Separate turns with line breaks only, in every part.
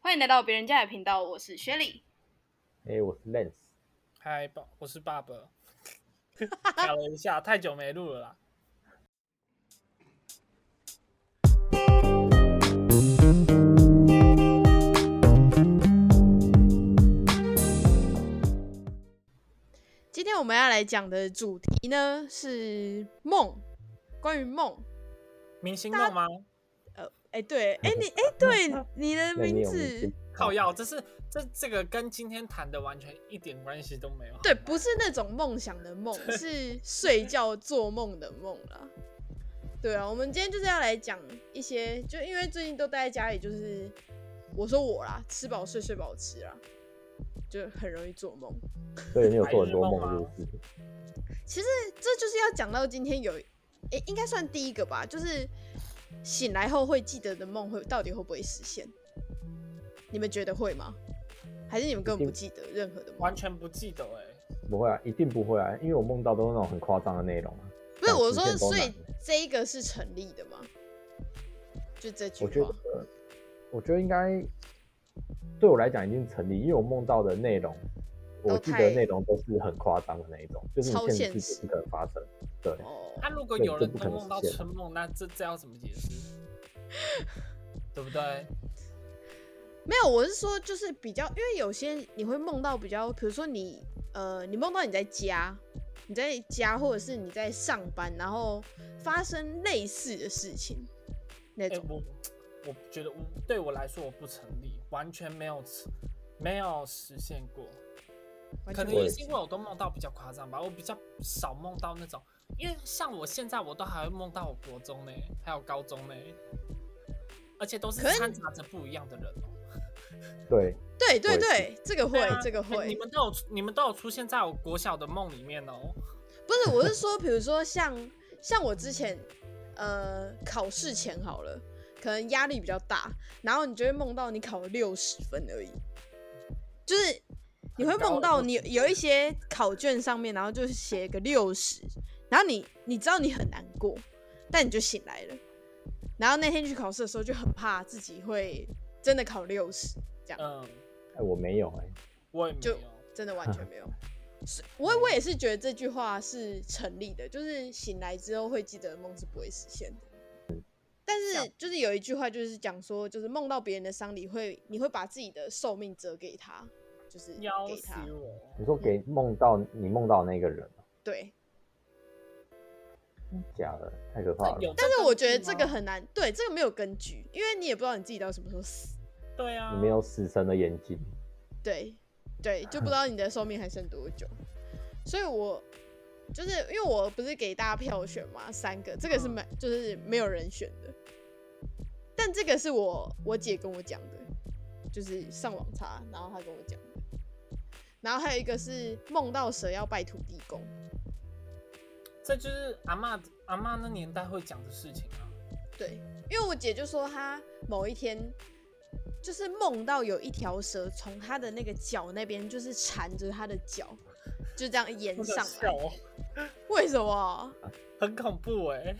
欢迎来到别人家的频道，我是雪莉。
哎、我是 Lens，
嗨，爸，我是爸爸。 卡了一下，太久没录了啦。
今天我们要来讲的主题呢是梦，关于梦。
明星梦吗？
哎、对，哎、你，哎、 对，你的
那你
名
有没
字
有，
靠药，这是这这个跟今天谈的完全一点关系都没有。
对，不是那种梦想的 梦，是睡觉做梦的梦啦。对啊，我们今天就是要来讲一些，就因为最近都待在家里，就是我说我啦，吃饱睡，睡饱吃啦，就很容易做梦。
所以你有做很多
白日梦
梦，
吗
是不是？
其实这就是要讲到今天有，诶、应该算第一个吧，就是醒来后会记得的梦会到底会不会实现？你们觉得会吗？还是你们根本不记得任何的梦
完？全不记得哎、
不会啊，一定不会啊，因为我梦到都是那种很夸张的内容啊。
不是
想
我
实
说
现，都
所
难
以这一个是成立的吗？就这句
我觉
话
得，，我觉得应该对我来讲已经成立，因为我梦到的内容，我
都
记
太
得内容都是很夸张的那一种，就是
超
你现
现
实
实
世界不可能发生。对，
哦
那、，啊如果
对
有
这
人
不可
都
能
梦到
实现
春梦，那这这要怎么解释？ 对不对？
没有，我是说就是比较，因为有些你会梦到比较，比如说你呃，你梦到你在家，你在家或者是你在上班，然后发生类似的事情那
哎、
种。
我我觉得我对我来说我不成立，完全没有吃没有实现过。
完
可
全
能
不
也
会
是因为我都梦到比较夸张吧，我比较少梦到那种，因为像我现在我都还会梦到我国中呢，还有高中呢，而且都是
可是
掺杂着不一样的人哦、
对，
对对
我也是
对，这个会，
啊
这个
哎你
会。
们都有你们都有出现在我国小的梦里面哦、
不是，我是说，比如说像像我之前，呃，考试前好了，可能压力比较大，然后你就会梦到你考六十分而已，就是你会
很高
梦到
的
你有一些考卷上面，然后就是写个六十，然后你你知道你很难过，但你就醒来了，然后那天去考试的时候就很怕自己会真的考六十，
嗯，
哎，我没有哎、
我也没
就
有。
真的完全没有。是我我也是觉得这句话是成立的，就是醒来之后会记得梦是不会实现的。但是就是有一句话就是讲说，就是梦到别人的丧礼会，你会把自己的寿命折给他，就是
要
给
死哦
他。
我！
你说给
嗯
梦到你梦到的那个人，
对，
假的，太可怕
这
了
有。
但是我觉得这
这
个
根据吗
很难，对，这个没有根据，因为你也不知道你自己到什么时候死。
对啊，
你没有死神的眼睛，
对对，就不知道你的寿命还剩多久。所以我就是因为我不是给大家票选嘛，三个，这个是
嗯
没、就是没有人选的，但这个是我我姐跟我讲的，就是上网查，然后她跟我讲的。然后还有一个是梦到蛇要拜土地公，
这就是阿嬷阿嬷那年代会讲的事情啊。
对，因为我姐就说她某一天就是梦到有一条蛇从她的那个脚那边就是缠着她的脚，就这样延
不可
上
笑
来。
哦，
为什么？
很恐怖哎、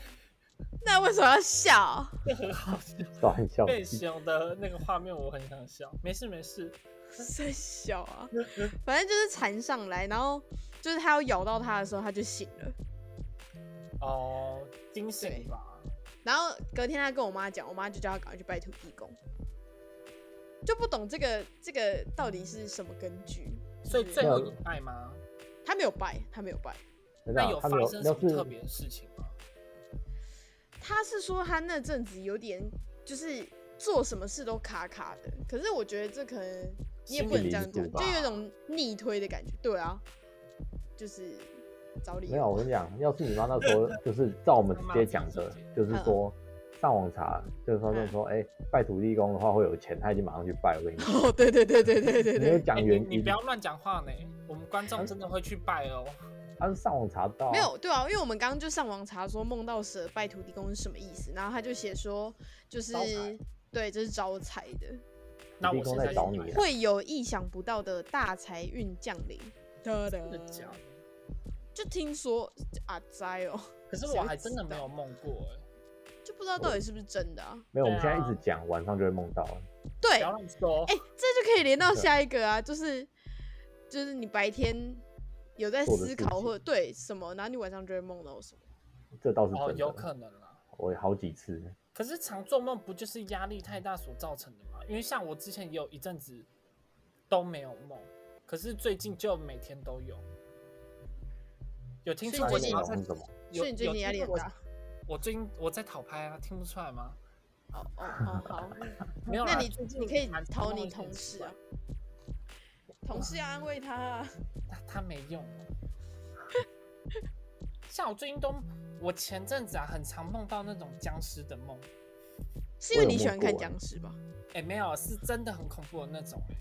那为什么要笑？
这很好笑。
乱笑
被
死。
形容的那个画面，我很想笑。没事没事，
在笑啊，反正就是缠上来，然后就是他要咬到他的时候，他就醒了。
哦，惊
对
醒吧。
然后隔天他跟我妈讲，我妈就叫他赶快去拜土地公，就不懂这个这个到底是什么根据。
所以
就是
最后一拜吗？
他没有拜，他没有拜，
真的
那
啊
有
他
发
没有，
生什
要
么特
是
别的事情吗？
他是说他那阵子有点就是做什么事都卡卡的，可是我觉得这可能你也不能这样
心理
讲
因，素吧
就有一种逆推的感觉。对啊，就是找理由。
没有，我跟你讲，要是你妈那 时候就是照我们直接讲的，就是
嗯
说上网查，就是说就说，哎、拜土地公的话会有钱，他已经马上去拜。我跟你讲，
哦，对对对对对对
没有
对，
讲
哎
原
你你
因
不，要乱讲话呢，我们观
啊
众真的会去拜哦。
他是上网查到、啊，
没有对啊，因为我们刚刚就上网查说梦到蛇拜土地公是什么意思，然后他就写说就是
招财
对，这是招财的，
那
地
我
公
现
在
就
找
去
你
拜
啊
会有意想不到的大财运降临。哒哒
真的假的？
就听说啊灾哦，
可是
谁
我
会
还真的
知
没
道
有梦过哎。
就不知道到底是不是真的啊。
没有，我们
对
现
啊
在一直讲晚上就会梦到，
对
不，要乱说。
哎、这就可以连到下一个啊，就是就是你白天有在
做的
思
事
考
情
或者对什么，然后你晚上就会梦到什么。
这倒是
哦，
真
有
的。
可能啦。
我好几次，
可是常做梦不就是压力太大所造成的吗？因为像我之前也有一阵子都没有梦，可是最近就每天都有。有听出
所以
我
最近
想要
有
在
梦什么？
有
所以你最近压力很大。
有听出我我最近我在讨拍啊，听不出来吗？
哦哦哦，好，
没有啦。
那你
最近
你可以
蛮
讨
多
你
梦
同事啊
见，
同事要安慰他、啊。
他他没用。 像我最近都，我前阵子啊，很常梦到那种僵尸的梦。
是因为
我有
你喜
梦
欢看
过欸
僵尸吧？
哎、没有，是真的很恐怖的那种、欸。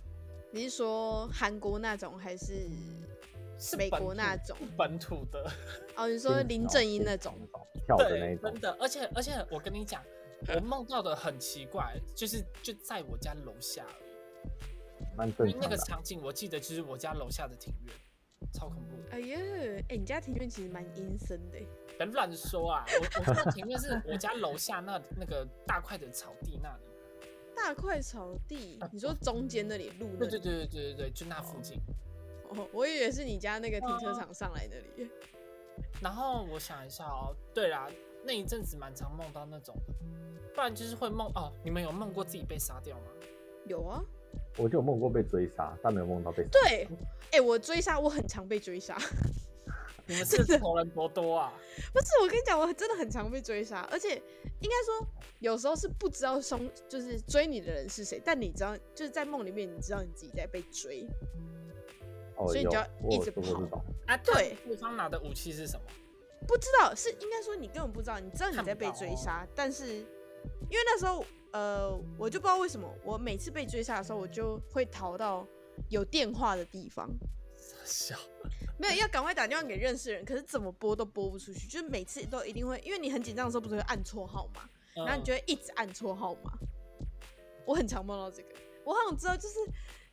你是说韩国那种还是
是
美
本
国那
土
种？
本土的，
哦，你说林正英那种？
跳的那一
对，
种
真，的，而且而且我跟你讲，我梦到的很奇怪，就是就在我家楼下而已，
蛮
因
正
为那
常
个
的。
场景我记得就是我家楼下的庭院，超恐怖的。
哎呀，哎、你家庭院其实蛮阴森的欸。
别乱说啊！我我说的庭院是我家楼下那那个大块的草地那里，
大块草地，你说中间那里路那
对
里？
对对对对对对，就那附近。
哦，我以为是你家那个
嗯
停车场上来那里。
然后我想一下哦，对啦，那一阵子蛮常梦到那种的，不然就是会梦哦。你们有梦过自己被杀掉吗？
有啊，
我就有梦过被追杀，但没有梦到被杀。
对，哎、我追杀，我很常被追杀。
你们是不是仇人多多啊？
不是，我跟你讲，我真的很常被追杀，而且应该说有时候是不知道凶，就是追你的人是谁，但你知道，就是在梦里面，你知道你自己在被追。
哦，
所以你
有
就要
我
一
有
直
做过
跑
这种，
啊，他
对
对方拿的武器是什么？
不知道是应该说你根本不知道，你知道你在被追杀，但是因为那时候呃，我就不知道为什么，我每次被追杀的时候，我就会逃到有电话的地方，
小
没有要赶快打电话给认识的人，可是怎么拨都拨不出去，就是每次都一定会，因为你很紧张的时候不是会按错号码，
嗯
然后你就会一直按错号码。我很常梦到这个，我好想知道就是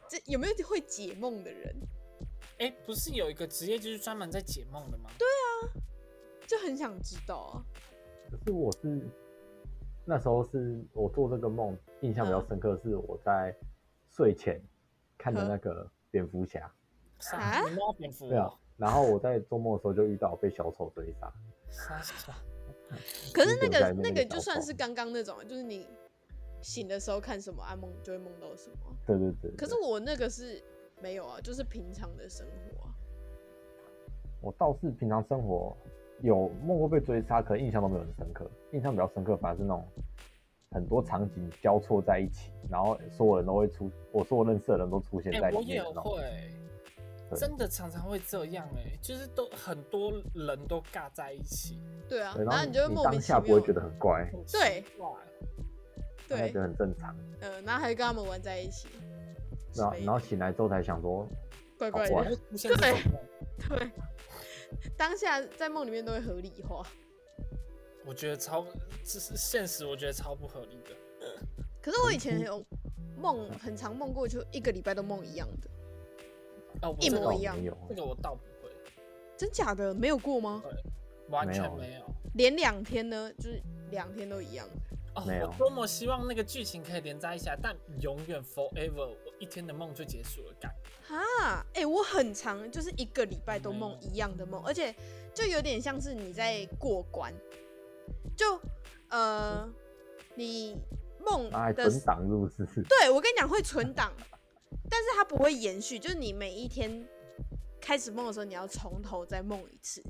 这有没有会解梦的人，
哎、不是有一个职业就是专门在解梦的吗？对，
就很想知道啊。
可是我是那时候是我做这个梦，印象比较
嗯
深刻是我在睡前看的
嗯
那个蝙蝠侠，
啥
啊？
你们要蝙蝠
对啊
哦？，
然后我在做梦的时候就遇到被小丑追杀，
啥小？
可是那
你怎么
个
在那
那
边
个
找
就算是
缝
刚刚那种，啊就是你醒的时候看什么啊梦就会梦到什么。
对对对。
可是
对
我那个是没有啊，就是平常的生活、啊。
我倒是平常生活有梦过被追杀，可能印象都没有很深刻，印象比较深刻反而是那种很多场景交错在一起，然后所有人都会出，我所有认识的人都出现
哎、
在
我
里
也
面的那种。
会，
对
真的常常会这样哎、就是都很多人都尬在一起，
对啊，
对，
然后
你
就会莫名
当
其
下
妙
不会觉得很怪，
很奇
对
怪
当下
对
觉，得很正常。
呃，然后还跟他们玩在一起，之
然后
类的
啊然后醒来之后才想说，
怪怪
好
我
怪
的，
会出现这种梦，
对，当下在梦里面都会合理化。
我觉得超，这是现实，我觉得超不合理的。
可是我以
嗯
前有梦，很常梦过，就一个礼拜都梦一样的，
哦，我
一
这
模
个
倒
一样
没有，啊
这个我倒不会，
真假的没有过
呃
吗？
完全
没有
没有。
连两天呢，就是两天都一样。
哦，
没有
我多么希望那个剧情可以连在一起啊，但永远 forever，我一天的梦就结束了，干。
哈，哎、我很常就是一个礼拜都梦
嗯
一样的梦，而且就有点像是你在过关，就呃，你梦
啊那还
的
存，档入 是不是？
对我跟你讲会存档，但是它不会延续，就是你每一天开始梦的时候，你要从头再梦一次，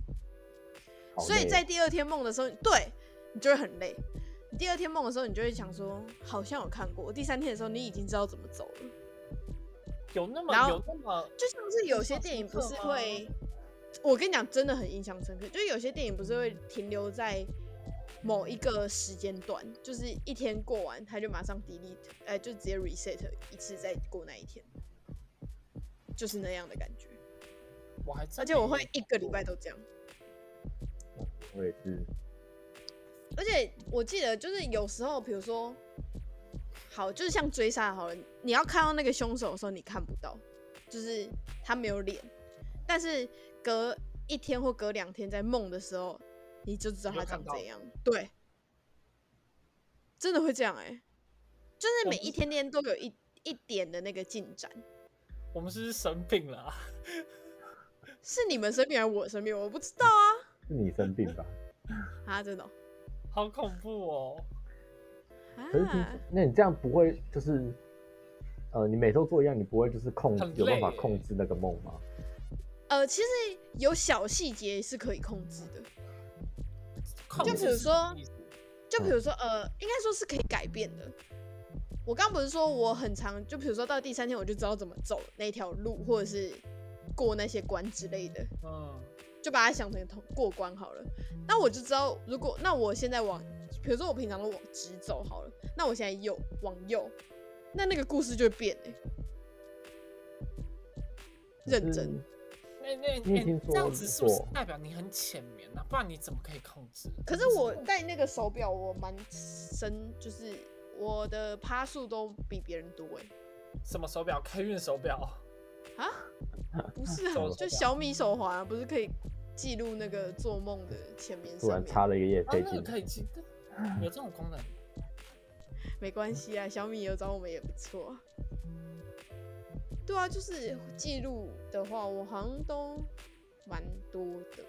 好
所以
累哦
在第二天梦的时候，对你就会很累。你第二天梦的时候，你就会想说，好像有看过。第三天的时候，你已经知道怎么走了。
有那么
然后
有那么
就像是有些电影不是会，我跟你讲，真的很印象深刻。就是有些电影不是会停留在某一个时间段，就是一天过完，他就马上 delete，呃，就直接 reset 一次再过那一天，就是那样的感觉。
我还真
而且我
没
会
有
一个礼拜都这样。
我也是，
而且我记得就是有时候，比如说，好，就是像追杀好了，你要看到那个凶手的时候，你看不到，就是他没有脸，但是隔一天或隔两天在梦的时候，你就知道他长怎样。对，真的会这样哎、就是
我
每
不
一
是
天天都有一一点的那个进展，
我们是不是生病了、啊？
是你们生病还是我生病？我不知道啊
是你生病吧？
啊，真的哦、
好恐怖哦！
可是听
啊，
那你这样不会就是，呃，你每周做一样，你不会就是控
很
有办法
累耶
控制那个梦吗？
呃，其实有小细节是可以控制的，
控
就
制
比如
是什么
说
意思
就比如说，呃，应该说是可以改变的。我刚不是说我很常，就比如说到第三天我就知道怎么走那条路，或者是过那些关之类的，
嗯，
就把它想成通过关好了。那我就知道，如果那我现在往，比如说我平常都往直走好了，那我现在右往右，那那个故事就会变、欸、认真
就是
那那
你已
那
经
这样
说
子是不是
过
代表你很浅眠啊？不然你怎么可以控制？
可是我戴那个手表，我蛮深，就是我的趴数都比别人多哎、
什么手表？开运手表？
啊，不是啊
手，
就
表
小米手环、啊、不是可以记录那个做梦的前面
突
上
然
面？
插了一个夜
啊，
配
那个
进
可
来，
以记得，有这种功能。
没关系啊，小米有找我们也不错啊。对啊，就是记录的话，我好像都蛮多的，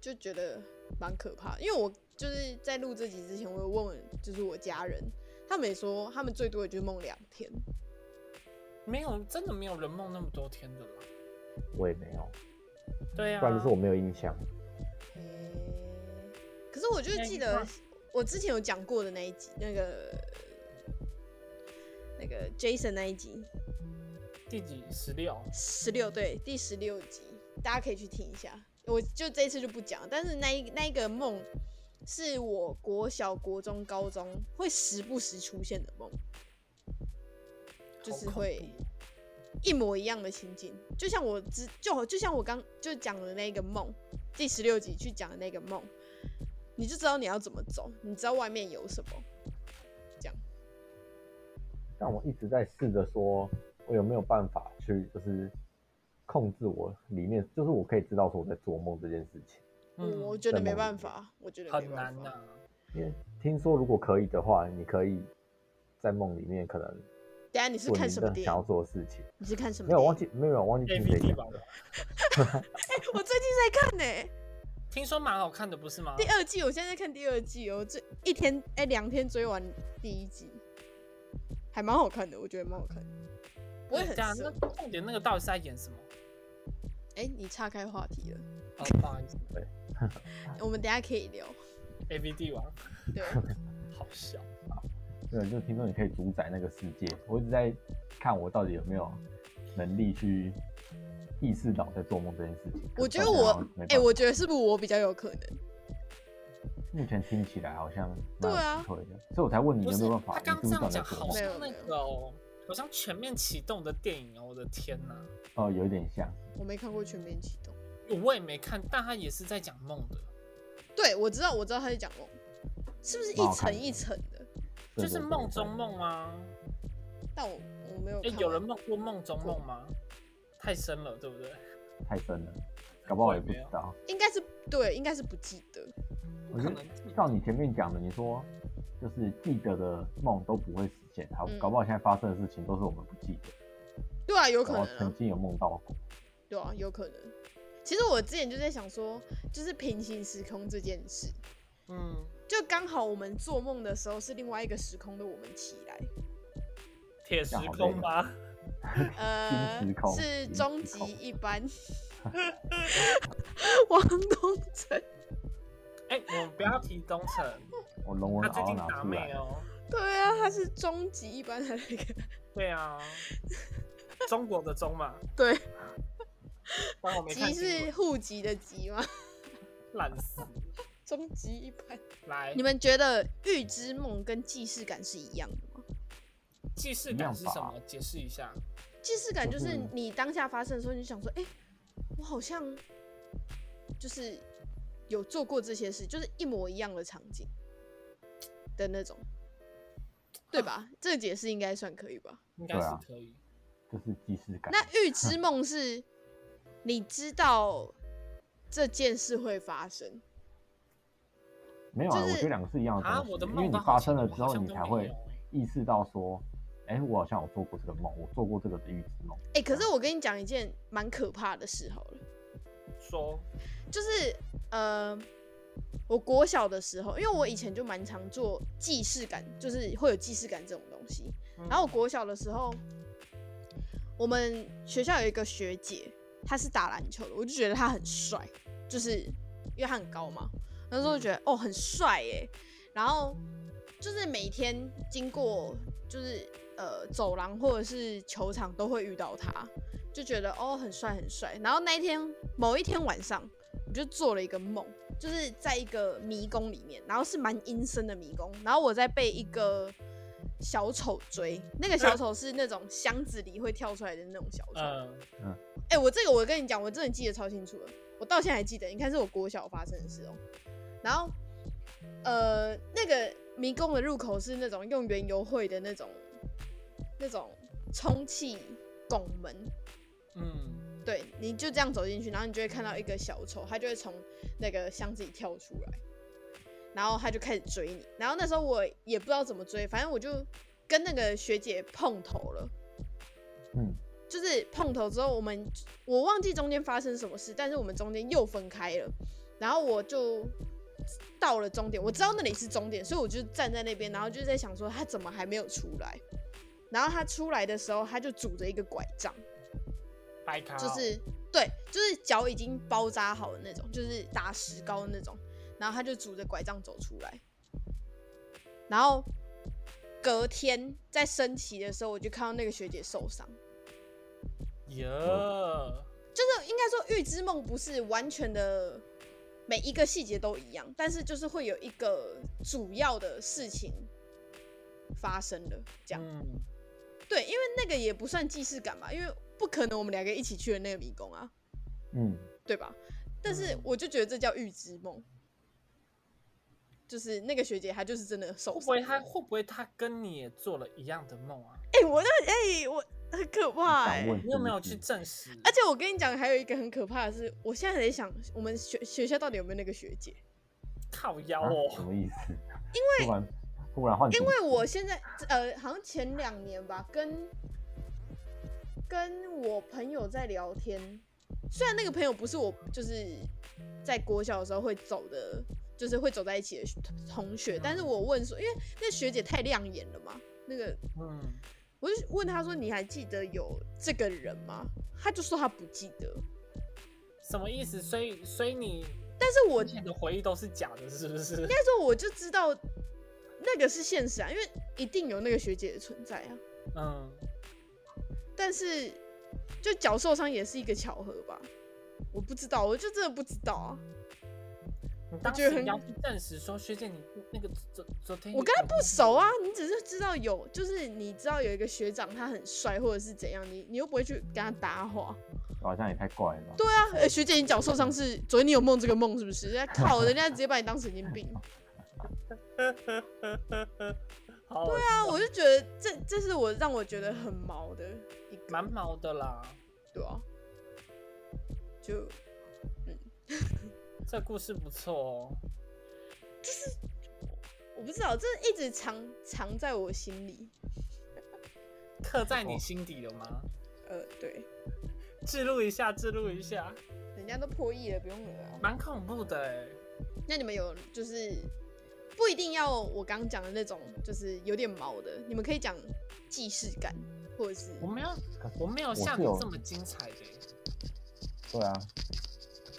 就觉得蛮可怕的。因为我就是在录这集之前，我有问，就是我家人，他们也说他们最多也就梦两天。
没有，真的没有人梦那么多天的啦。
我也没有，
对啊，
不然就是我没有印象。
诶可是我就是记
那
得
你
我之前有讲过的那一集，那个那个 Jason 那一集，
第几十六？
十六对第十六集，大家可以去听一下。我就这一次就不讲，但是那一那一个梦是我国小、国中、高中会时不时出现的梦，就是
好恐
会
怖
一模一样的情景，就像我之就就像我刚就讲的那个梦，第十六集去讲的那个梦，你就知道你要怎么走，你知道外面有什么，这样
但我一直在试着说，我有没有办法去就是控制我里面，就是我可以知道说我在做梦这件事情。
嗯，
我觉得
在
没
梦里
办
面
法，我觉得没
很
办
难
法
啊呐、
因为听说如果可以的话，你可以在梦里面可能
等一下你是
做
看
你
什么
真的
电
想要
影？
做的事情。
你是看什么？
没有忘。记，没有忘记
A
听
P
谁
T
讲
吧。
的。
我最近在看呢、
听说蛮好看的，不是吗？
第二季，我现在在看第二季哦，我这一天哎两、天追完第一季，还蛮好看的，我觉得蛮好看的。不会很
对啊
深
那。重点那个到底是在演什么？
哎、你岔开话题了，
哦，不好意思
我们等一下可以聊。
，A V D 王，
对，
好笑。
对，就是听说你可以主宰那个世界。我一直在看我到底有没有能力去意识到我在做梦这件事情。
我觉得
可是好
我
像没
哎、
办法
我觉得是不是我比较有可能？
目前听起来好像
对啊
蛮不错的，所以我才问你
不
有
是
没有办，
他
法。
刚
你
这
是不
样
是
讲，
到底在做梦
好
没有
像那个哦，好像全面启动的电影哦，我的天呐、
哦，有一点像。
我没看过《全面启动》。
我也没看，但他也是在讲梦的，
对，我知道，我知道他在讲梦，是不是
蛮
一
好看
层
的
一层的？
就是梦中梦啊。
但我我没有
哎、
看完。
有人梦过梦中梦吗？太深了，对不对？
太深了，搞不好我也不知道。
应该是对，应该是不记得。
不
我
可
觉
能
得。照你前面讲的，你说就是记得的梦都不会实现，好，
嗯
搞不好现在发生的事情都是我们不记得，
对啊，有可
然后
能啊
曾。经有梦到过。
对啊，有可能。其实我之前就在想说，就是平行时空这件事，
嗯，
就刚好我们做梦的时候是另外一个时空的我们起来，
铁时空
啊
吗？
呃
新时，空
是
新
终
时
极
空
一班，王东城，
哎、我们不要提东城，
我龙
他
纹
最
鳌
近
拿
打
出
妹
来，
哦。
对啊，他是终极一班的那个，
对啊，中国的中嘛，
对，
当我没看
集
新
是
闻
户籍的集吗？
烂死。
终极一班，
来，
你们觉得预知梦跟既视感是一样的吗？
既视感是什么？解释一下。
既视感就是
就是
你当下发生的时候，你就想说，哎、我好像就是有做过这些事，就是一模一样的场景的那种，对吧？这个解释应该算可以吧？
应该
对
是
啊
可以。
就是既视感。
那预知梦是你知道这件事会发生，
没有啊，
就是
我觉得两个是一样的
啊
东西，
我的
因
梦
为你
到
发
好
生
像
了
我
之
好
后，
像
你
都
才
没
会
有欸
意识到说，哎、我好像有做过这个梦，我做过这个的预知梦。
哎、可是我跟你讲一件蛮可怕的事好了，
说
就是呃，我国小的时候，因为我以前就蛮常做既视感，就是会有既视感这种东西。
嗯
然后我国小的时候，我们学校有一个学姐，她是打篮球的，我就觉得她很帅，就是因为她很高嘛，那时候就觉得、哦很帅耶。然后就是每天经过就是呃走廊或者是球场都会遇到她，就觉得哦很帅很帅。然后那一天某一天晚上，我就做了一个梦，就是在一个迷宫里面，然后是蛮阴森的迷宫，然后我在被一个小丑追，那个小丑是那种箱子里会跳出来的那种小丑。哎、
嗯，
我这个我跟你讲，我真的记得超清楚了，我到现在还记得。你看，是我国小发生的事哦、然后，呃，那个迷宫的入口是那种用圆游会的那种那种充气拱门，
嗯，
对，你就这样走进去，然后你就会看到一个小丑，他就会从那个箱子里跳出来，然后他就开始追你。然后那时候我也不知道怎么追，反正我就跟那个学姐碰头了。
嗯，
就是碰头之后，我们我忘记中间发生什么事，但是我们中间又分开了。然后我就到了终点，我知道那里是终点，所以我就站在那边，然后就在想说他怎么还没有出来。然后他出来的时候，他就拄着一个拐杖。
白卡哦
就是对，就是脚已经包扎好的那种，就是打石膏的那种。然后他就拄着拐杖走出来，然后隔天在升旗的时候，我就看到那个学姐受伤。
嗯
哟，
就是应该说，预知梦不是完全的每一个细节都一样，但是就是会有一个主要的事情发生了，这样。
嗯，
对，因为那个也不算既视感嘛，因为不可能我们两个一起去的那个迷宫啊。
嗯，
对吧？但是
嗯
我就觉得这叫预知梦，就是那个学姐她就是真的受
会不
伤
会
了。
他会不会他跟你也做了一样的梦啊？
哎、我那哎、我很可怕哎、
想问
你有没有
是
去
不是
证实？
而且我跟你讲，还有一个很可怕的是，我现在在想，我们学学校到底有没有那个学姐？
靠腰
啊什
哦，
么意思？因为 突然突然换主题，
因为我现在呃，好像前两年吧，跟跟我朋友在聊天，虽然那个朋友不是我，就是在国小的时候会走的，就是会走在一起的同学，但是我问说，因为那学姐太亮眼了嘛，那个
嗯，
我就问她说，你还记得有这个人吗？她就说她不记得，
什么意思？所以所以你
但是我
之前的回忆都是假的，是不是？
那时候我就知道那个是现实啊，因为一定有那个学姐的存在啊。
嗯，
但是就脚受伤也是一个巧合吧？我不知道，我就真的不知道啊。
你当
觉得
时
很
你要去证实说学姐你那个昨昨天
我跟他不熟啊，你只是知道有，就是你知道有一个学长他很帅或者是怎样，你你又不会去跟他搭话。
好像也太怪了吧？
对啊，呃、学姐你脚受伤是昨天你有梦这个梦是不是？人家靠，人家直接把你当神经病。
好，对啊，
那我就觉得这这是我让我觉得很毛的一个，
蛮毛的啦。
对啊，就
这故事不错哦，
我不知道，这一直藏藏在我心里。
刻在
哦
你心底了吗？
呃，对，
记录一下，记录一下，
人家都破亿了，不用了啊。
蛮恐怖的哎。
那你们有就是不一定要我刚讲的那种，就是有点毛的，你们可以讲既视感，或者是
我没有，我没有
我
像
是
你
有
这么精彩的欸。
对啊，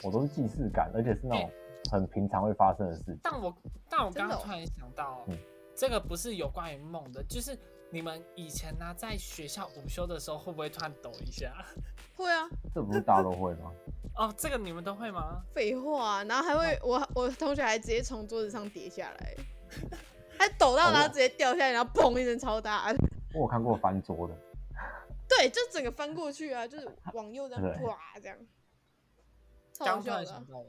我都是既视感，而且是那种很平常会发生的事。
但我但我
真
刚
的
刚
哦
突然想到
嗯，
这个不是有关于梦的，就是你们以前呢、在学校午休的时候，会不会突然抖一下？
会啊，
这不是大家都会吗？
哦，这个你们都会吗？
废话、啊然后还会我我同学还直接从桌子上跌下来，还抖到
哦
然后直接掉下来，然后砰一声超大，
我有看过翻桌的，
对，就整个翻过去啊，就是往右这样
对
哇这样，超好
刚突
笑
然
的啊
想。到，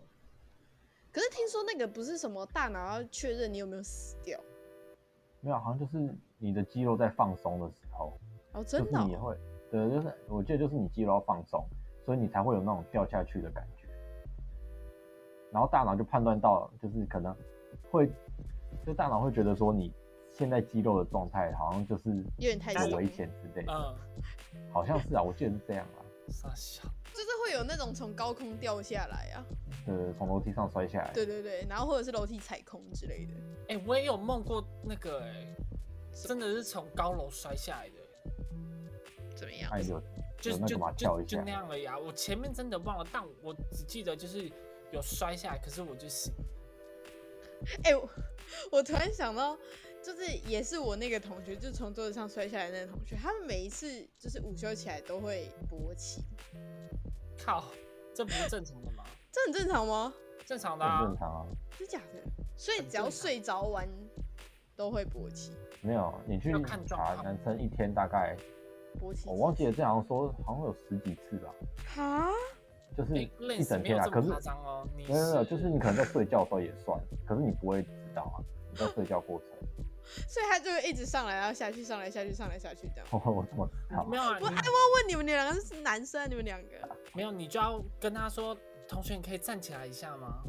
可是听说那个不是什么大脑要确认你有没有死掉，
没有，好像就是你的肌肉在放松的时候，
哦，
就
真的
是
哦、
你也会，对，就是我记得就是你肌肉要放松，所以你才会有那种掉下去的感觉。然后大脑就判断到，就是可能会就大脑会觉得说你现在肌肉的状态好像就是
有点太
有危
松
险之类的，
嗯，
好像是啊，我记得是这样啊，
傻笑，
就是会有那种从高空掉下来啊，
呃，从楼梯上摔下来，
对对对，然后或者是楼梯踩空之类的。
哎、我也有梦过那个、哎，真的是从高楼摔下来的、
怎么样？
哎有
就
有
是
那
就
个嘛跳
就
一
就
下
那，样而已啊。我前面真的忘了，但我只记得就是有摔下来，可是我就醒了。
哎、我我突然想到，就是也是我那个同学，就是从桌子上摔下来的那个同学，他们每一次就是午休起来都会勃起，
靠，这不是正常的吗？
这很正常吗？
正常的
很
啊
正。常啊。
是假的？所以
很
只要
正常
睡着完都会勃起，
没有，你去
要看状
查
况
男生一天大概，
勃起
我忘记了，这好像说好像有十几次吧，
哈，
就是
哎、累
一
死
整
没
天
有
啊。
这
可
么
是
夸张哦。你
没有没有，就是你可能在睡觉的时候也算，可是你不会知道啊，你在睡觉过程，
所以他就会一直上来，然后下去，上来下去，上来下去这样。
我 我怎么知道？
没有啊，
我哎，我
你
要问你们两个是男生啊，你们两个
没有，你就要跟他说，同学，你可以站起来一下吗？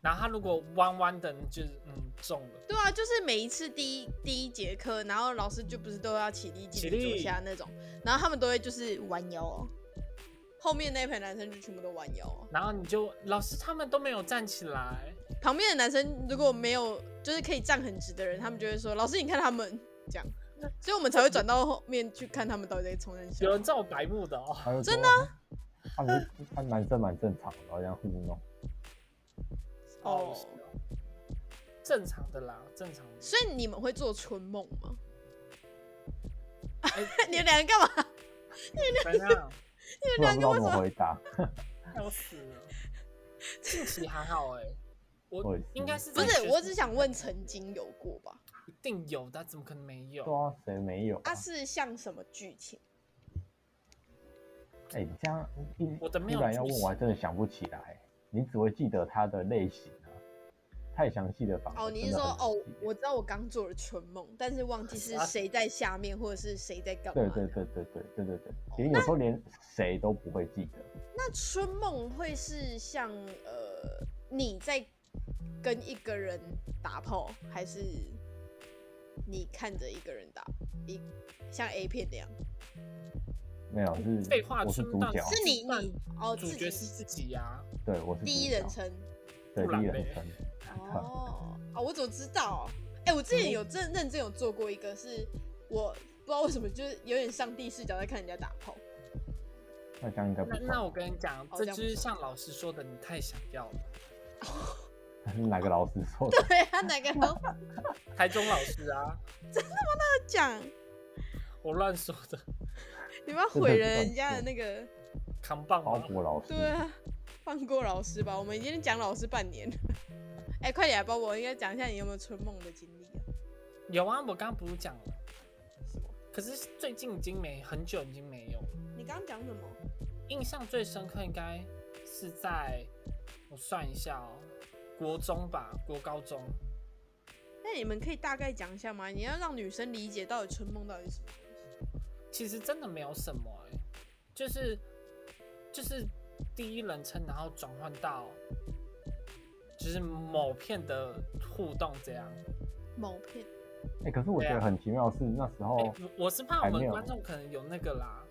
然后他如
嗯
果弯弯的，你就是嗯中了。
对啊，就是每一次第一第一节课，然后老师就不是都要起立
起
敬礼
立
坐下那种，然后他们都会就是弯腰哦，后面那一排男生就全部都弯腰哦，
然后你就老师他们都没有站起来，
旁边的男生如果没有就是可以站很直的人，他们就会说老师你看他们这样，所以我们才会转到后面去看他们到底在冲人笑
有。人这么白目的哦。
真
啊
的、他们他们男生蛮正常的，好像糊弄。
哦
是哦，正常的啦，正常的。
所以你们会做春梦吗？
哎、
你们两个干嘛？
怎样？
不然不知道怎么回答。
害我死 了。近期还好哎、
我
我
也是
应该是
不
在学
是，
生
我只想问，曾经有过吧？
一定有的，怎么可能没有？
对啊，谁没有、啊？
它、是像什么剧情？
哎、你这样一
我的没有
突然要
剧
问，
情
我还真的想不起来。你只会记得它的类型啊，太详细的反而
哦，你是
真的
说
很
哦
难记，
我知道我刚做了春梦，但是忘记是
啊
谁在下面，或者是谁在干嘛？
对对。对对对对
哦
对对，连有时候连谁都不会记得。
那春梦会是像呃，你在跟一个人打炮，还是你看着一个人打，一像 A 片那样？
没有是
废话
哦我是
春
主
到
角，
是你
那
你哦，
主
自己
角是自己啊呀、
对我是
第一
主角
人，称。
对
布
第一
朗
人
贝
称，
哦，啊，我怎么知道、啊？哎、我之前
嗯
有真认真有做过一个是，我不知道为什么，就是有点上帝视角在看人家打炮。
那这样应该不
那
算。
那我跟你讲，
哦
这
这样
就
不
是
错
像老师说的，你太想要了。
是 哪个老师说的？
对啊，哪 个老师
台中老师啊，
讲？
我乱说的，
你们要毁了人家的那个？
扛棒啊
包
吗？
裹老师，
对啊，放过老师吧，我们已经讲老师半年了。 哎、快点、啊，包我应该讲一下你有没有春梦的经历啊？
有啊，我刚刚不是讲了，
什么？
可是最近已经没很久已经没有了。
你刚刚讲什么？
印象最深刻应该是在我算一下哦，国中吧，国高中。
那你们可以大概讲一下吗？你要让女生理解到底春梦到底是什么东西？
其实真的没有什么哎、就是就是第一人称，然后转换到就是某片的互动这样。
某片
哎、可是我
啊
觉得很奇妙的是那时候
哎、
嗯
我我是怕我
哦还没
们
有
观众可能有那个啦，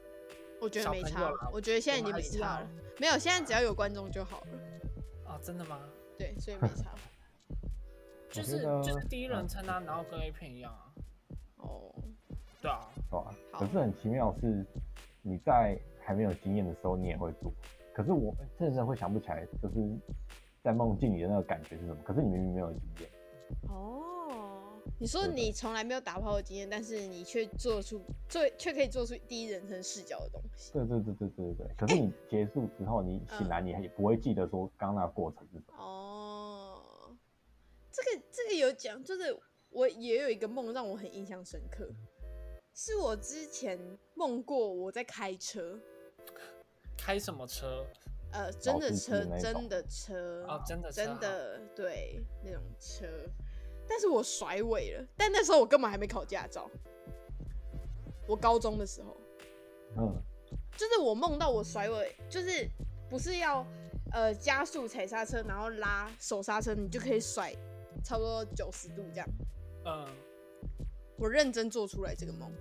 我觉得
小
没
朋
差
友啦，
我觉得现在已经
我们
没
还是
差
要
了。没有，现在只要有观众就好了。
啊，真的吗？
对，所以没差。
就
我
是
觉得嗯
就是第一人称啊，然后跟 A 片一样啊，
哦，
对啊，
对吧、
好
可是很奇妙的是，你在还没有经验的时候你也会做，可是我真的会想不起来，就是在梦境里的那个感觉是什么。可是你明明没有经验，
哦，你说
对的
你从来没有打炮的经验，但是你却做出做却可以做出第一人称视角的东西。
对对对对对对对。可是你结束之后，你
嗯
醒来你也不会记得说刚刚那个过程是什么。
哦，这个这个有讲，就是我也有一个梦让我很印象深刻，是我之前梦过我在开车，
开什么车？
呃，真的
司机的
车
那，一
真
种
的车，啊
哦真的车
真的对那种车，但是我甩尾了，但那时候我根本还没考驾照，我高中的时候，
嗯，
就是我梦到我甩尾，就是不是要呃加速踩刹车，然后拉手刹车，你就可以甩差不多九十度这样，
嗯，
我认真做出来这个梦。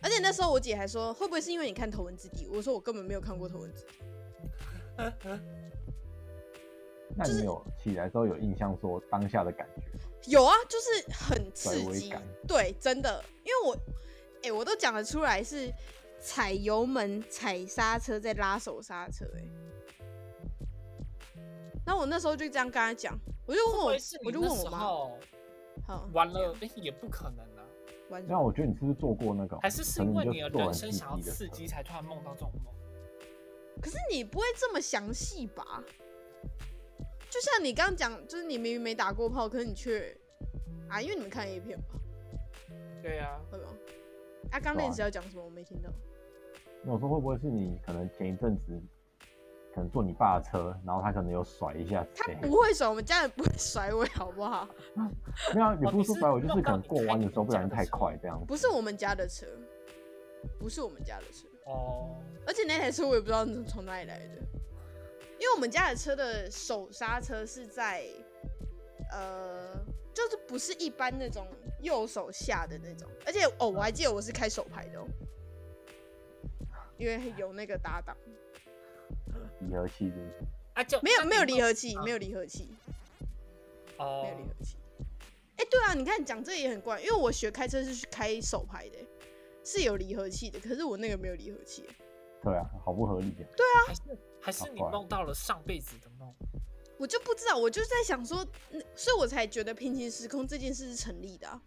而且那时候我姐还说，会不会是因为你看《头文字 D》？我说我根本没有看过《头文字 D
那你有起来之后有印象说当下的感觉？》。
有啊，就是很刺
微微
激
感，
对，真的，因为我，哎、我都讲得出来是踩油门、踩刹车再拉手刹车、欸，哎。然后我那时候就这样跟她讲，我就问
会不
我
会是，你
哦我就
那
问我
时
妈，哦
候
好，
完了，哎、也不可能啊，
完
那我觉得你是不是做过那个？
还是是因为你
可能就
的
做
人
完
生想要
刺激的
刺激
时
才突然梦到这种梦？
可是你不会这么详细吧？就像你刚刚讲，就是你明明没打过炮，可是你却啊，因为你们看 A 片吧，
对呀、
会吗？啊，刚
对啊
练习要讲什么？我没听到。
候。我说会不会是你可能前一阵子可能坐你爸的车，然后他可能有甩一下之
他
类的？
不会甩，我们家人不会甩尾，好不好？
没有啊，你
哦
不
你
是说
是
甩我，就
弄
是可
到
能
你
过
开
弯
你
的时候不
家
小心
的
太
车
快这样子。
不是我们家的车，不是我们家的车，
哦，
而且那台车我也不知道从哪里来的，因为我们家的车的手刹车是在，呃，就是不是一般那种右手下的那种，而且哦，我还记得我是开手牌的哦，因为有那个搭档，
离合器是不是？
啊就
没有没有离
合
合器，没有离合器，
哦
没有离合器。哎、对啊，你看讲这也很怪，因为我学开车是开手牌的，是有离合器的，可是我那个没有离合器。
对啊，好不合理啊！
还是还是你
好怪
梦到了上辈子的梦？
我就不知道，我就在想说，嗯所以我才觉得平行时空这件事是成立的啊、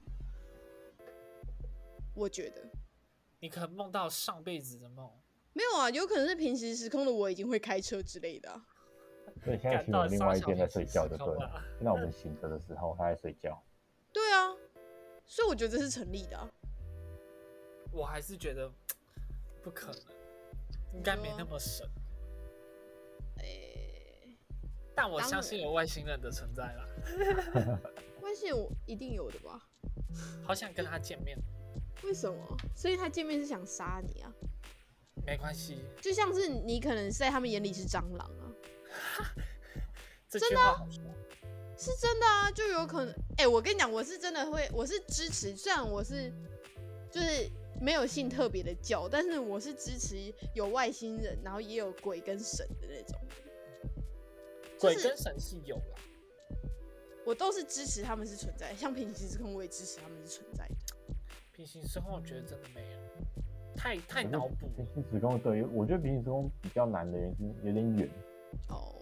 我觉得
你可能梦到上辈子的梦，
没有啊，有可能是平行时空的我已经会开车之类的啊、
所以现在
感
醒
到
了，另外一
杀小
边在
平
睡
行
觉
时
就对
空
了。
啊
那我们醒着的时候，他在睡觉。
对啊，所以我觉得这是成立的、啊。
我还是觉得不可能，应该没那么神。
哎、
但我
当
相信
然
有外星人的存在啦，
关系我一定有的吧？
好想跟他见面。
为什么？所以他见面是想杀你啊，
没关系，
就像是你可能在他们眼里是蟑螂啊，
这句话好说。
是真的啊，就有可能。哎、我跟你讲，我是真的会，我是支持，虽然我是就是没有信特别的教，但是我是支持有外星人，然后也有鬼跟神的那种，
鬼跟神是有啦，
我都是支持他们是存在的。像平行时空，我也支持他们是存在的。
平行时空我觉得真的没有，太太
可是
脑补
平
了。
行时空对于我觉得平行时空比较难的原因是有点远，
哦，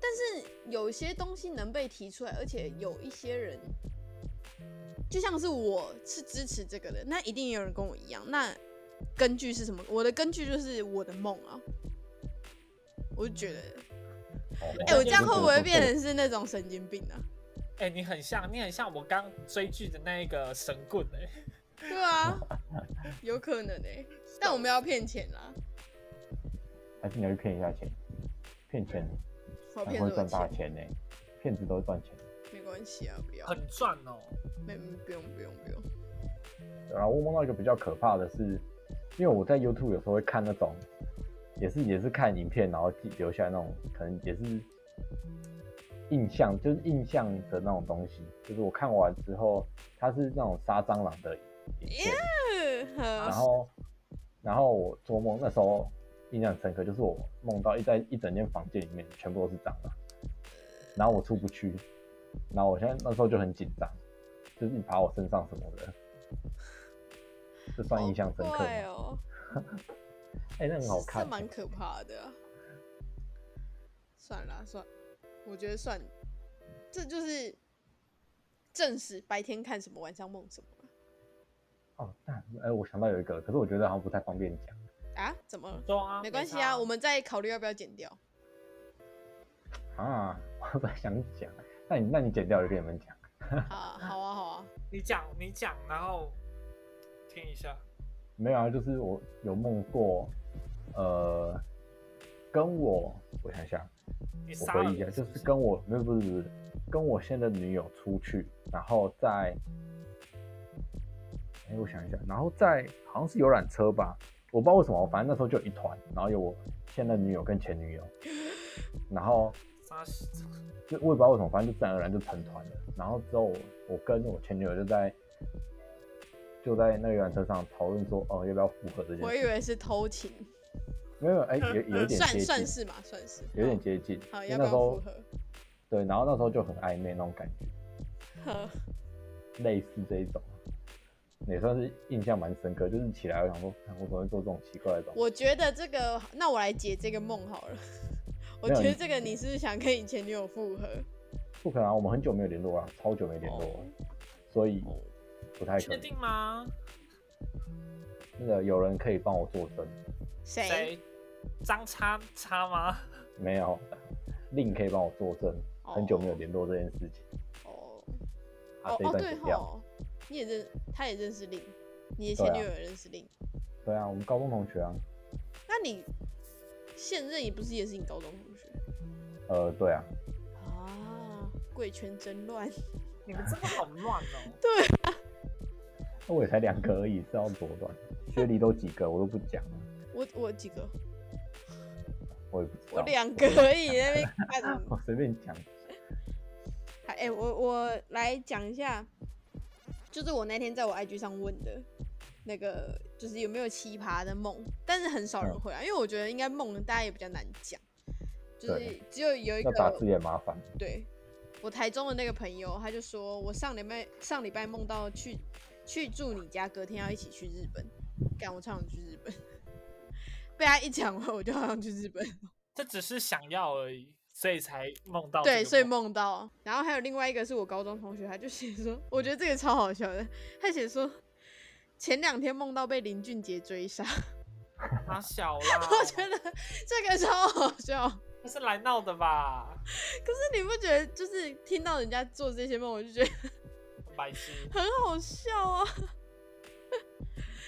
但是有一些东西能被提出来，而且有一些人，就像是我是支持这个的，那一定也有人跟我一样。那根据是什么？我的根据就是我的梦啊，我就觉得，
哎
哎、我这样
就是
会不会变成是那种神经病啊？
哎、你很像，你很像我刚追剧的那一个神棍哎、
对啊，有可能哎、但我们要骗钱啦，
还是你要去骗一下钱，骗钱
我要
还
骗
会
多少
赚大
钱？
钱呢、骗子都会赚钱。
没关系啊，不要，
很赚哦、
没不用不用不用。
然后我梦到一个比较可怕的是，因为我在 YouTube 有时候会看那种，也是也是看影片，然后记留下来那种，可能也是印象，就是印象的那种东西。就是我看完之后，它是那种杀蟑螂的影片，
嗯
然
好
后然后我做梦那时候印象深刻，就是我梦到一在一整间房间里面全部都是蟑螂，然后我出不去，然后我现在那时候就很紧张，就是你爬我身上什么的。这算印象深刻吗？
怪
哎、
哦。
那很好
是
看
是，蛮可怕的啊、算了啊算，我觉得算，这就是证实白天看什么，晚上梦什么
哦，但哎、我想到有一个，可是我觉得好像不太方便讲。
啊？啊怎么了？
对啊，
没关系
差
啊，我们再考虑要不要剪掉。
啊，我本来想讲，那你那你剪掉我就跟你们讲。
好，好啊，好啊。
你讲你讲，然后听一下。
没有啊，就是我有梦过，呃，跟我我想一下，
你
我
杀了
回忆
人
一下，就是
不是
跟我不是不是不是跟我现在的女友出去，然后在，哎、我想一下，然后在好像是游览车吧，我不知道为什么，反正那时候就有一团，然后有我现在的女友跟前女友，然后
发现，
就我也不知道为什么，反正就自然而然就成团了。然后之后，我跟我前女友就在就在那个游览车上讨论说，哦，要不要复合这件
我以
事？
为是偷情，
没有，哎、有有一点接
算
近，
算是嘛，算是
有点接近。
好，好
因
要不
为那
要
时候
复合？
对，然后那时候就很暧昧那种感觉，
呵
类似这一种，也算是印象蛮深刻。就是起来我想说，看我怎么会做这种奇怪的东西？
我觉得这个，那我来解这个梦好了。我
没有
觉得
你
这个你是不是想跟你前女友复合？哦
不可能、啊，我们很久没有联络啊，超久没联络了，所以不太可
确
能。
定吗？
那个有人可以帮我作证？
谁？
谁？张叉叉吗？
没有，令可以帮我作证，很久没有联络这件事情。
哦
啊
哦，
这一
哦，
段
对
剪掉。啊
吼，你也认，他也认识令，你的前女友也认识令。
对啊，我们高中同学啊，
那你现任也不是也是你高中同学
呃，对啊，
啊？贵圈真乱，
你们真的很 乱哦。
那我也才两个而已，是要多短？学历都几个，我都不讲，
我我有几个？
我也不知
我
道。
两个而已，在那边 看。
我随便讲，
还哎、我我来讲一下，就是我那天在我 IG 上问的，那个就是有没有奇葩的梦，但是很少人
嗯
回啊来，因为我觉得应该梦大家也比较难讲，就
对
是只有有一
要打
个
字也麻烦。
对我台中的那个朋友，他就说我上礼拜上礼拜梦到去去住你家，隔天要一起去日本，干我超想去日本， 被他一讲完我就好想去日本。
这只是想要而已，所以才梦到这个。
对，所以梦到。然后还有另外一个是我高中同学，他就写说，我觉得这个超好笑的，他写说前两天梦到被林俊杰追杀，
他小 啦，
我觉得这个超好笑。
他是来闹的吧？
可是你不觉得，就是听到人家做这些梦，我就觉得
白 痴，
很好笑 啊？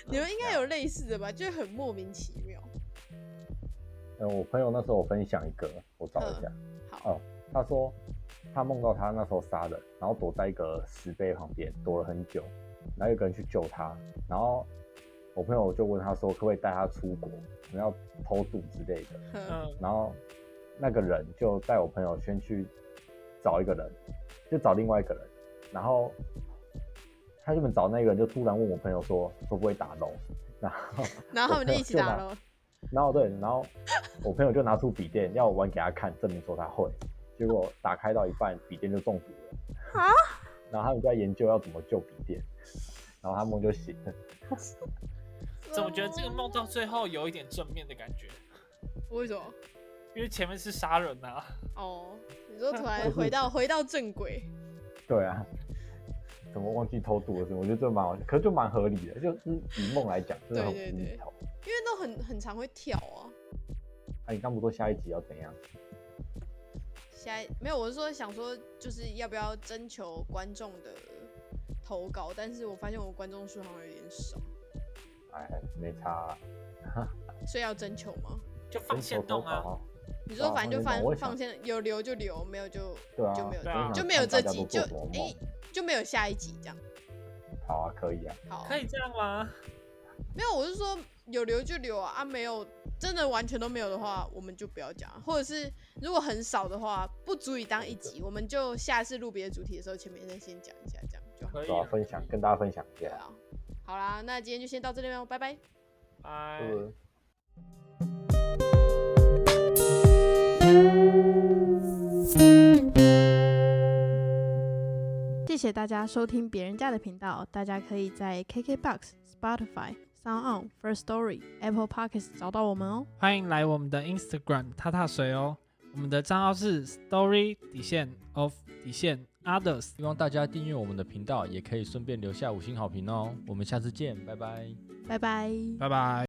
你们应该有类似的吧？就很莫名其妙。
嗯，我朋友那时候我分享一个，我找一下，哦
好，
他说他梦到他那时候杀人，然后躲在一个石碑旁边躲了很久，然后有个人去救他，然后我朋友就问他说可不可以带他出国，我们要偷渡之类的，
嗯，
嗯，
然后那个人就带我朋友先去找一个人，就找另外一个人，然后他原本找那个人，就突然问我朋友说会不会打龙，然后
然后他们就一起打
我朋友
咯。
然后对，然后我朋友就拿出笔电要我玩给他看，证明说他会，结果打开到一半，笔电就中毒了
啊，
然后他们就在研究要怎么救笔电，然后他梦就醒了，
怎么觉得这个梦到最后有一点正面的感觉？
为什么？
因为前面是杀人啊，
哦，你说突
我
然
是
回到回到正轨。
对啊。怎么忘记偷渡了？什么？我觉得这蛮好，可是就蛮合理的，就是以梦来讲，真的很无
对对对
厘头。
因为都很很常会跳啊。
啊，你刚不说下一集要怎样？
下一没有，我是说想说，就是要不要征求观众的投稿，但是我发现我观众数好像有点少，
哎，没差啊，
所以要征求吗？
就放线
动
动啊。。
你说
对啊
反正就
放
放
心吧我也想
放线，有留就留，没有就
对啊，
就没有
我
啊
想
就没有这
看大家
集
都
就
做什么梦
哎、就没有下一集这样。
好啊，可以啊，
好，
可以这样吗？
没有，我是说有留就留啊，啊没有真的完全都没有的话，我们就不要讲啊，或者是如果很少的话，不足以当一集，我们就下次录别的主题的时候，前面再先讲一下，这样就好。
可以
对啊，分享跟大家分享一
对
下，
啊，好啦，那今天就先到这里喽，拜拜。
哎
是不是？
谢谢大家收听别人家的频道，大家可以在 KKBox、Spotify、Sound On、First Story、Apple Podcasts 找到我们哦。
欢迎来我们的 Instagram 踏踏水哦，我们的账号是 Story 底线 of 底线 Others。
希望大家订阅我们的频道，也可以顺便留下五星好评哦。我们下次见，拜拜。
拜拜。
拜拜。